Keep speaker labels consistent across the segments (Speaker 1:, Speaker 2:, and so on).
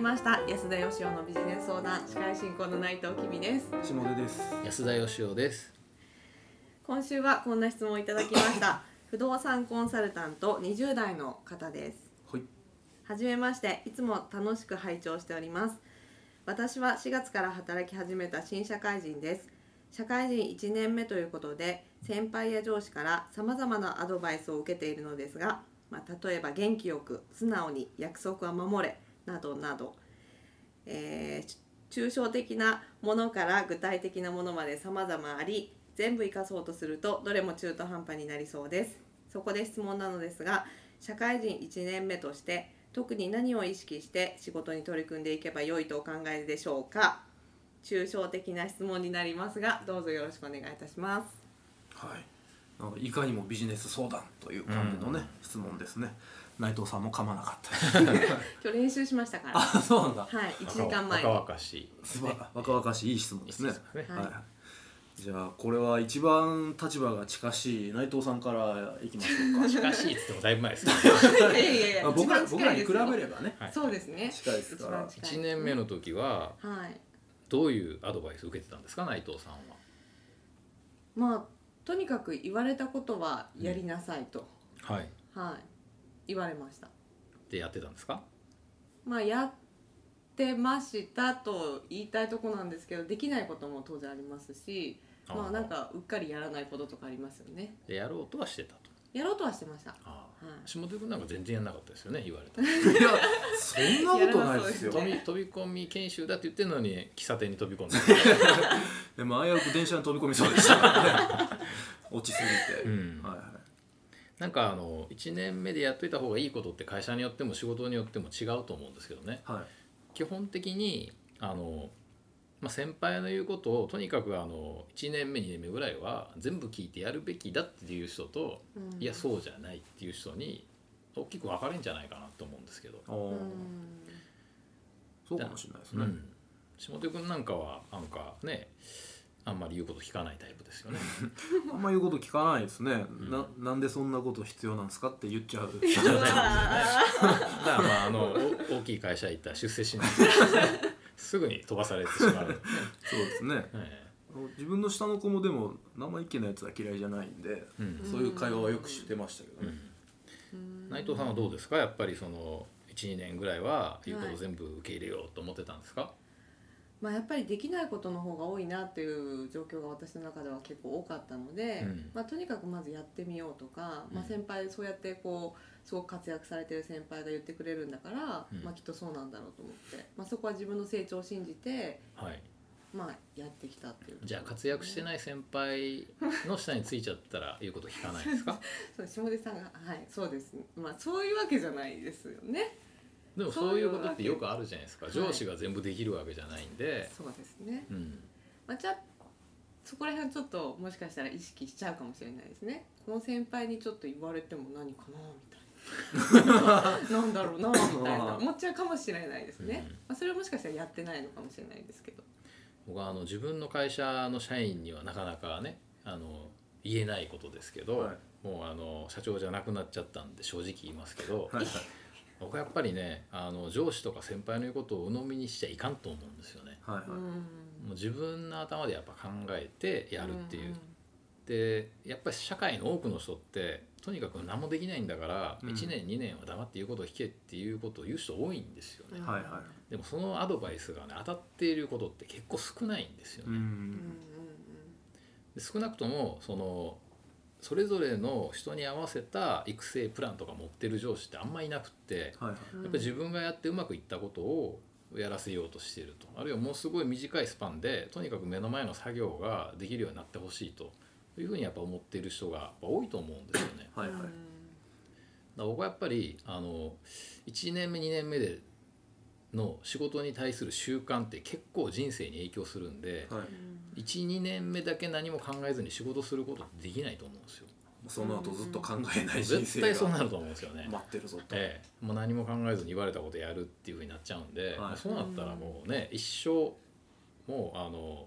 Speaker 1: ました安田義雄のビジネス相談司会進行の内藤きみです
Speaker 2: 下出です。
Speaker 3: 安田義雄です。
Speaker 1: 今週はこんな質問をいただきました不動産コンサルタント20代の方です
Speaker 2: はい。
Speaker 1: はじめましていつも楽しく拝聴しております私は4月から働き始めた新社会人です社会人1年目ということで先輩や上司から様々なアドバイスを受けているのですが、まあ、例えば元気よく素直に約束は守れなどなど、えー抽象的なものから具体的なものまで様々あり全部活かそうとするとどれも中途半端になりそうですそこで質問なのですが社会人1年目として特に何を意識して仕事に取り組んでいけば良いとお考えでしょうか抽象的な質問になりますがどうぞよろしくお願いいたします
Speaker 2: はい。なんかいかにもビジネス相談という感じのね、質問ですね。内藤さんも噛まなかった。
Speaker 1: 今日練習しましたからは
Speaker 2: あ、そうなんだ。
Speaker 1: い1時間前に
Speaker 3: 若々しい。
Speaker 2: すば若々しいいい質問ですね。
Speaker 3: いい質問です
Speaker 1: ね
Speaker 2: はい。じゃあこれは一番立場が近しい内藤さんからいきましょうか。
Speaker 3: 近しいっつってもだいぶ前ですね。
Speaker 1: いやいやいや
Speaker 2: あ僕
Speaker 1: 一
Speaker 2: ら
Speaker 1: 番
Speaker 2: 僕ら
Speaker 1: 近い
Speaker 2: に
Speaker 1: です
Speaker 2: 比べ
Speaker 1: よ
Speaker 2: ればね、
Speaker 3: はい
Speaker 1: そうですね
Speaker 2: 近いですから
Speaker 1: 一番近い
Speaker 3: 一年目の時は
Speaker 1: はい
Speaker 3: どういうアドバイス受けてたんですか内藤さんは。
Speaker 1: まあとにかく言われたことはやりなさいと、
Speaker 3: はい。
Speaker 1: はい言われました
Speaker 3: でやってたんですか。
Speaker 1: まあやってましたと言いたいとこなんですけどできないことも当然ありますしまあなんかうっかりやらないこととかありますよね
Speaker 3: でやろうとはしてたと。
Speaker 1: やろうとはしてました、は
Speaker 3: ああ。
Speaker 1: い、
Speaker 3: 下手君なんか全然やんなかったですよね言われ た。
Speaker 2: いやそんなことないですよ
Speaker 1: やらなそう
Speaker 3: 飛
Speaker 1: で
Speaker 3: び飛び込み研修だって言ってるのに喫茶店に飛び込んで。
Speaker 2: でも危うく電車に飛び込みそうでしたからね落ちすぎて、
Speaker 3: うん
Speaker 2: はいはい
Speaker 3: なんかあの一年目でやっといた方がいいことって会社によっても仕事によっても違うと思うんですけどね。
Speaker 2: はい
Speaker 3: 基本的にあの、まあ、先輩の言うことをとにかくあの1年目2年目ぐらいは全部聞いてやるべきだっていう人と、
Speaker 1: うん
Speaker 3: いやそうじゃないっていう人に大きく分かれんじゃないかなと思うんですけど、
Speaker 2: あー
Speaker 1: うん
Speaker 2: そうかもしれないです
Speaker 3: う
Speaker 2: ね、
Speaker 3: ん、下手君なんかはなんかねあんまり言うこと聞かないタイプですよね。
Speaker 2: あんま言うこと聞かないですね、
Speaker 3: ん
Speaker 2: ななんでそんなこと必要なんですかって言っ ちゃう
Speaker 1: うわ
Speaker 3: だからまああのお大きい会社行ったら出世しないすぐに飛ばされてしまう、
Speaker 2: そうですね
Speaker 3: え
Speaker 2: 自分の下の子もでも生意気なやつは嫌いじゃないんで、
Speaker 3: えうん
Speaker 2: そういう会話はよくしてましたけど
Speaker 3: う
Speaker 2: ね、
Speaker 3: ん
Speaker 1: ー
Speaker 3: 内藤さんはどうですかやっぱりその12年ぐらいは言うことを全部受け入れようと思ってたんですか、
Speaker 1: まあやっぱりできないことの方が多いなっていう状況が私の中では結構多かったので、
Speaker 3: うん
Speaker 1: まあ、とにかくまずやってみようとか、まあ、
Speaker 3: うん
Speaker 1: 先輩そうやってこうすごく活躍されてる先輩が言ってくれるんだから、
Speaker 3: うん
Speaker 1: まあ、きっとそうなんだろうと思って、まあ、そこは自分の成長を信じて、
Speaker 3: はい
Speaker 1: まあ、やってきたっていう
Speaker 3: じゃあ活躍してない先輩の下についちゃったら言うこと聞かないですか
Speaker 1: そう下出さんがはいそうです、まあ、そういうわけじゃないですよね
Speaker 3: でもそういうことってよくあるじゃないですか
Speaker 1: そういうわけ
Speaker 3: 上司が全部できるわけじゃないんで、
Speaker 1: そうですね
Speaker 3: うん、
Speaker 1: まあ、じゃあそこら辺はちょっともしかしたら意識しちゃうかもしれないですねこの先輩にちょっと言われても何かなみたい ななんだろうなみたいな思っちゃうかもしれないですね、
Speaker 3: うん
Speaker 1: まあ、それはもしかしたらやってないのかもしれないですけど
Speaker 3: 僕はあの自分の会社の社員にはなかなかねあの言えないことですけど、
Speaker 2: はい
Speaker 3: もうあの社長じゃなくなっちゃったんで正直言いますけど、
Speaker 2: はいはい
Speaker 3: 僕はやっぱりねあの上司とか先輩の言うことを鵜呑みにしちゃいかんと思うんですよね。
Speaker 2: はいは
Speaker 1: う
Speaker 2: い、
Speaker 3: もうん自分の頭でやっぱ考えてやるっていう、
Speaker 1: ん
Speaker 3: でやっぱり社会の多くの人ってとにかく何もできないんだから、
Speaker 2: うん
Speaker 3: 1年2年は黙って言うことを聞けっていうことを言う人多いんですよね、
Speaker 1: うん
Speaker 2: はいは
Speaker 3: でもそのアドバイスがね当たっていることって結構少ないんですよ
Speaker 2: う
Speaker 3: ね、
Speaker 1: うんうん
Speaker 2: ん
Speaker 3: で少なくともそのそれぞれの人に合わせた育成プランとか持ってる上司ってあんまいなくって
Speaker 2: はいはい
Speaker 1: うんうん
Speaker 3: やっぱり自分がやってうまくいったことをやらせようとしているとあるいはもうすごい短いスパンでとにかく目の前の作業ができるようになってほしいというふうにやっぱ思っている人がやっぱ多いと思うんですよね。だか
Speaker 2: はいはい
Speaker 3: ら僕はやっぱりあの1年目2年目での仕事に対する習慣って結構人生に影響するんで
Speaker 2: はい
Speaker 1: うん
Speaker 3: 12年目だけ何も考えずに仕事することってできないと思うんですよ。
Speaker 2: その後ずっと考えない人
Speaker 3: 絶
Speaker 2: 生
Speaker 3: 対そう
Speaker 2: が
Speaker 3: なると思うんですよね。
Speaker 2: 待ってるぞと、
Speaker 3: ええ、もう何も考えずに言われたことやるっていうふうになっちゃうんで、
Speaker 2: い
Speaker 3: まあそうなったらもうね一生もうあの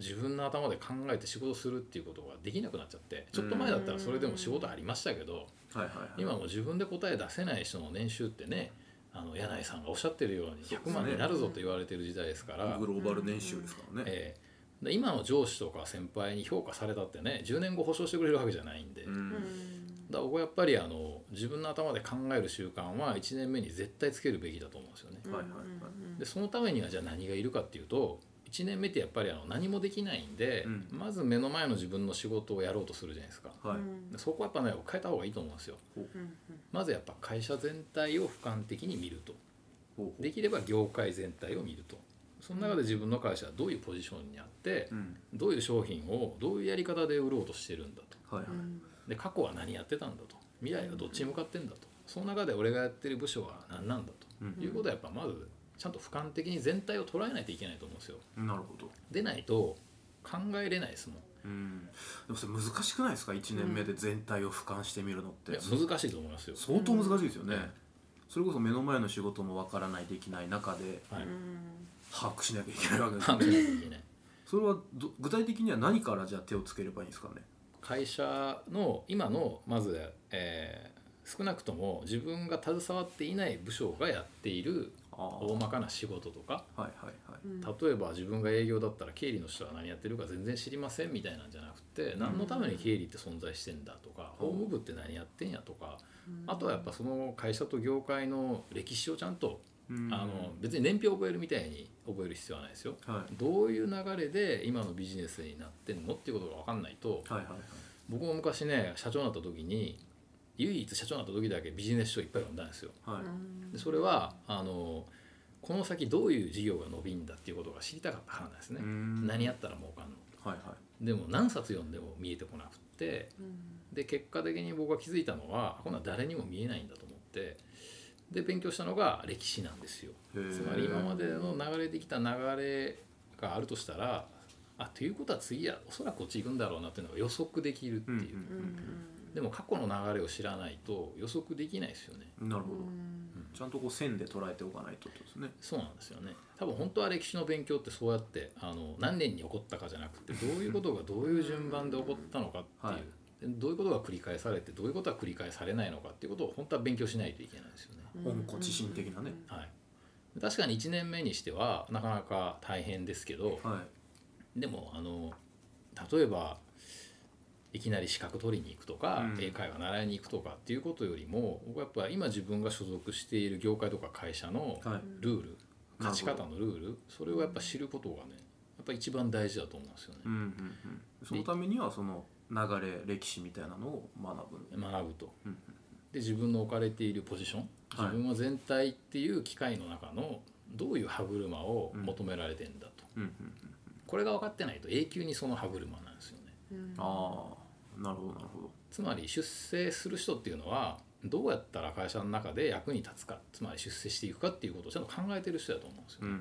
Speaker 3: 自分の頭で考えて仕事するっていうことができなくなっちゃってちょっと前だったらそれでも仕事ありましたけど
Speaker 2: はいはいはい
Speaker 3: 今もう自分で答え出せない人の年収ってねあの柳井さんがおっしゃってるように
Speaker 2: そうです
Speaker 3: 100
Speaker 2: ね
Speaker 3: 万になるぞと言われてる時代ですから、
Speaker 2: グローバル年収ですからね。
Speaker 3: ええで今の上司とか先輩に評価されたってね10年後保証してくれるわけじゃないんで、
Speaker 2: う
Speaker 3: だか
Speaker 2: ん
Speaker 3: ら僕はやっぱりあの自分の頭で考える習慣は1年目に絶対つけるべきだと思うんですよね。
Speaker 2: はいはいはい
Speaker 3: でそのためにはじゃあ何がいるかっていうと1年目ってやっぱりあの何もできないんで、
Speaker 2: うん
Speaker 3: まず目の前の自分の仕事をやろうとするじゃないですか。
Speaker 2: はい。
Speaker 3: でそこはやっぱね変えた方がいいと思うんですよ。まずやっぱ会社全体を俯瞰的に見ると
Speaker 2: ほうほう
Speaker 3: できれば業界全体を見るとその中で自分の会社はどういうポジションにあって
Speaker 2: うん。
Speaker 3: どういう商品をどういうやり方で売ろうとしてるんだと
Speaker 2: はいはい。
Speaker 3: で過去は何やってたんだと未来はどっちに向かってんだとその中で俺がやってる部署は何なんだ
Speaker 2: う
Speaker 3: と
Speaker 2: ん
Speaker 3: いうことはやっぱまずちゃんと俯瞰的に全体を捉えないといけないと思うんですよ。
Speaker 2: なるほど。
Speaker 3: でないと考えれないですもん。
Speaker 2: うん。でもそれ難しくないですか1年目で全体を俯瞰してみるのっ
Speaker 3: い
Speaker 2: て
Speaker 3: や。難しいと思いますよ。
Speaker 2: 相当難しいですよね、
Speaker 3: うん
Speaker 2: それこそ目の前の仕事もわからないできない中で
Speaker 3: はい。
Speaker 2: 把握しなきゃいけないわけです
Speaker 3: 考えないといけない。
Speaker 2: それはど具体的には何からじゃあ手をつければいいんですかね
Speaker 3: 会社の今のまず、えー少なくとも自分が携わっていない部署がやっている
Speaker 2: ああ
Speaker 3: 大まかな仕事とか
Speaker 2: はいはいはい
Speaker 3: 例えば自分が営業だったら経理の人は何やってるか全然知りませんみたいなんじゃなくて何のために経理って存在してんだとか法務部って何やってんやとかあとはやっぱその会社と業界の歴史をちゃんと
Speaker 2: うん
Speaker 3: あの別に年表を覚えるみたいに覚える必要はないですよ。
Speaker 2: はい
Speaker 3: どういう流れで今のビジネスになってんのっていうことが分かんないと
Speaker 2: はいはいはい
Speaker 3: 僕も昔ね社長になった時に唯一社長になった時だけビジネス書いっぱい読んだんですよ。
Speaker 2: はい、
Speaker 3: でそれはあのこの先どういう事業が伸びんだっていうことが知りたかったからなんですね
Speaker 2: う。ん
Speaker 3: 何やったら儲かんの
Speaker 2: はいは
Speaker 3: でも何冊読んでも見えてこなくってで結果的に僕が気づいたのはこんなん誰にも見えないんだと思ってで勉強したのが歴史なんですよ。
Speaker 2: いへー
Speaker 3: つまり今までの流れてきた流れがあるとしたらあということは次はおそらくこっち行くんだろうなっていうのが予測できるって
Speaker 2: うんうん
Speaker 3: いう、で
Speaker 1: で
Speaker 3: も過去の流れを知らないと予測できないですよね
Speaker 2: うんなるほど、
Speaker 1: も
Speaker 2: ちゃんとこう線で捉えておかないとってことですね
Speaker 3: そうなんですよね多分本当は歴史の勉強ってそうやってあの何年に起こったかじゃなくてどういうことがどういう順番で起こったのかっていう、
Speaker 2: はい
Speaker 3: でどういうことが繰り返されてどういうことが繰り返されないのかっていうことを本当は勉強しないといけないですよね。
Speaker 2: 温故知新的なね
Speaker 3: はい確かに1年目にしてはなかなか大変ですけど、
Speaker 2: はい
Speaker 3: でもあの例えばいきなり資格取りに行くとか、
Speaker 2: うん
Speaker 3: 英会話習いに行くとかっていうことよりも僕はやっぱ今自分が所属している業界とか会社の
Speaker 2: はい
Speaker 3: ル
Speaker 2: なる
Speaker 3: ール、
Speaker 2: ほど
Speaker 3: 勝ち方のルールそれをやっぱ知ることがねやっぱ一番大事だと思うんですよね。
Speaker 2: うんうんうんそのためにはその流れ歴史みたいなのを学ぶ
Speaker 3: 学ぶと、
Speaker 2: うんうん
Speaker 3: で自分の置かれているポジション
Speaker 2: はい
Speaker 3: 自分は全体っていう機械の中のどういう歯車を求められてんだと、
Speaker 2: うんうんうん
Speaker 3: これが分かってないと永久にその歯車なんですよね。
Speaker 2: ああなるほどなるほど
Speaker 3: つまり出世する人っていうのはどうやったら会社の中で役に立つかつまり出世していくかっていうことをちゃんと考えてる人だと思うんですよ、
Speaker 2: うんうん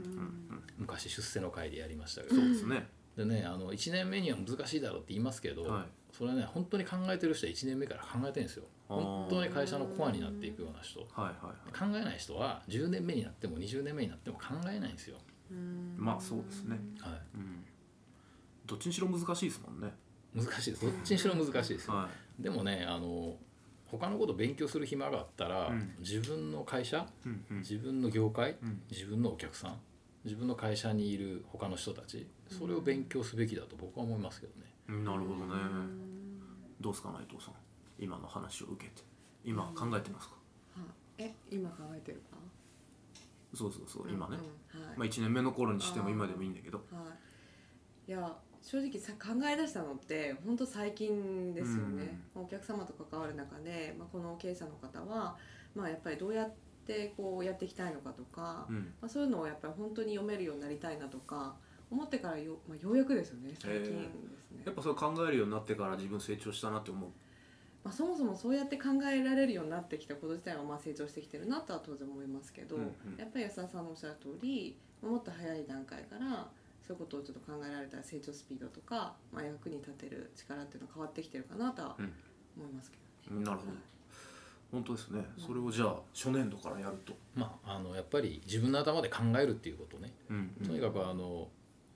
Speaker 2: うん
Speaker 3: 昔出世の会でやりましたけど
Speaker 2: そうですね
Speaker 3: でねあの1年目には難しいだろうって言いますけど、
Speaker 2: はい
Speaker 3: それはね本当に考えてる人は1年目から考えてるんですよ
Speaker 2: あー
Speaker 3: 本当に会社のコアになっていくような人
Speaker 2: はいはいはい
Speaker 3: 考えない人は10年目になっても20年目になっても考えないんですよ、
Speaker 2: まあそうですね
Speaker 3: は
Speaker 2: うんどっちにしろ難しいですもんね
Speaker 3: い、難しいですどっちにしろ難しいですよ、
Speaker 2: は
Speaker 3: でもねあの他のこと勉強する暇があったら、
Speaker 2: うん
Speaker 3: 自分の会社
Speaker 2: いうんうん
Speaker 3: 自分の業界、
Speaker 2: うん
Speaker 3: 自分のお客さん自分の会社にいる他の人たちそれを勉強すべきだと僕は思いますけどね
Speaker 2: うんなるほどねどうですか内藤さん今の話を受けて今考えてますか
Speaker 1: え今考えてるか
Speaker 2: そうそうそう今ね
Speaker 1: うんうんはい
Speaker 2: まあ1年目の頃にしても今でもいいんだけど
Speaker 1: はい、いや正直さ考え出したのって本当最近ですよね、お客様と関わる中で、まあ、この経営者の方は、まあ、やっぱりどうやってこうやっていきたいのかとか、
Speaker 2: うん
Speaker 1: まあ、そういうのをやっぱり本当に読めるようになりたいなとか思ってからよ,、まあ、ようやくですよね最近ですね、
Speaker 2: やっぱそれ考えるようになってから自分成長したなって思う
Speaker 1: まあ、そもそもそうやって考えられるようになってきたこと自体はまあ成長してきてるなとは当然思いますけど、
Speaker 2: うんうん
Speaker 1: やっぱり安田さんのおっしゃる通りもっと早い段階からそういうことをちょっと考えられたら成長スピードとか、まあ、役に立てる力っていうのは変わってきてるかなとは
Speaker 2: うん
Speaker 1: 思いますけどね。
Speaker 2: なるほど本当ですねそれをじゃあ初年度からやると
Speaker 3: まああのやっぱり自分の頭で考えるっていうことね
Speaker 2: うん
Speaker 3: とにかくあの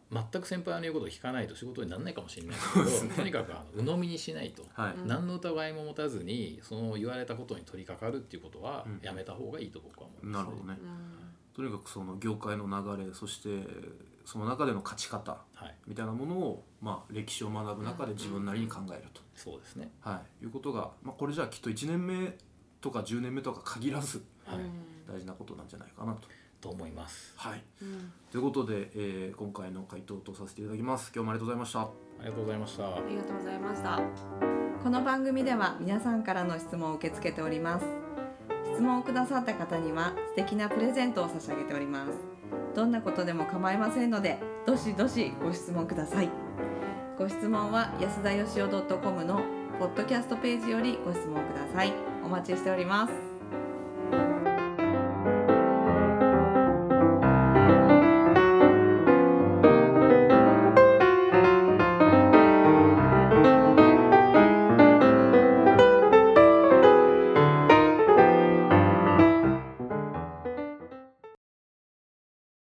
Speaker 3: 全く先輩の言うことを聞かないと仕事にならないかもしれな いですけどとにかくあの鵜呑みにしないと、
Speaker 2: はい、
Speaker 1: うん
Speaker 3: 何の疑いも持たずにその言われたことに取り掛かるっていうことは
Speaker 2: うん
Speaker 3: やめた方がいいと僕は思い
Speaker 2: な
Speaker 3: ま
Speaker 2: る
Speaker 3: す、
Speaker 2: ほどね
Speaker 1: う、ん
Speaker 2: とにかくその業界の流れそしてその中での勝ち方
Speaker 3: はい、
Speaker 2: みたいなものを、まあ、歴史を学ぶ中で自分なりに考えると、
Speaker 3: そうですね、
Speaker 2: はい、いうことが、まあ、これじゃあきっと1年目とか10年目とか限らず
Speaker 3: はい
Speaker 2: 大事なことなんじゃないかなと。
Speaker 3: と思います
Speaker 2: はい、
Speaker 1: うん
Speaker 2: ということで、えー今回の回答とさせていただきます。今日もありがとうございました。
Speaker 3: ありがとうございました、
Speaker 1: ありがとうございました。この番組では皆さんからの質問を受け付けております。質問をくださった方には素敵なプレゼントを差し上げております。どんなことでも構いませんので、どしどしご質問ください。ご質問は安田よしお .com のポッドキャストページよりご質問ください。お待ちしております。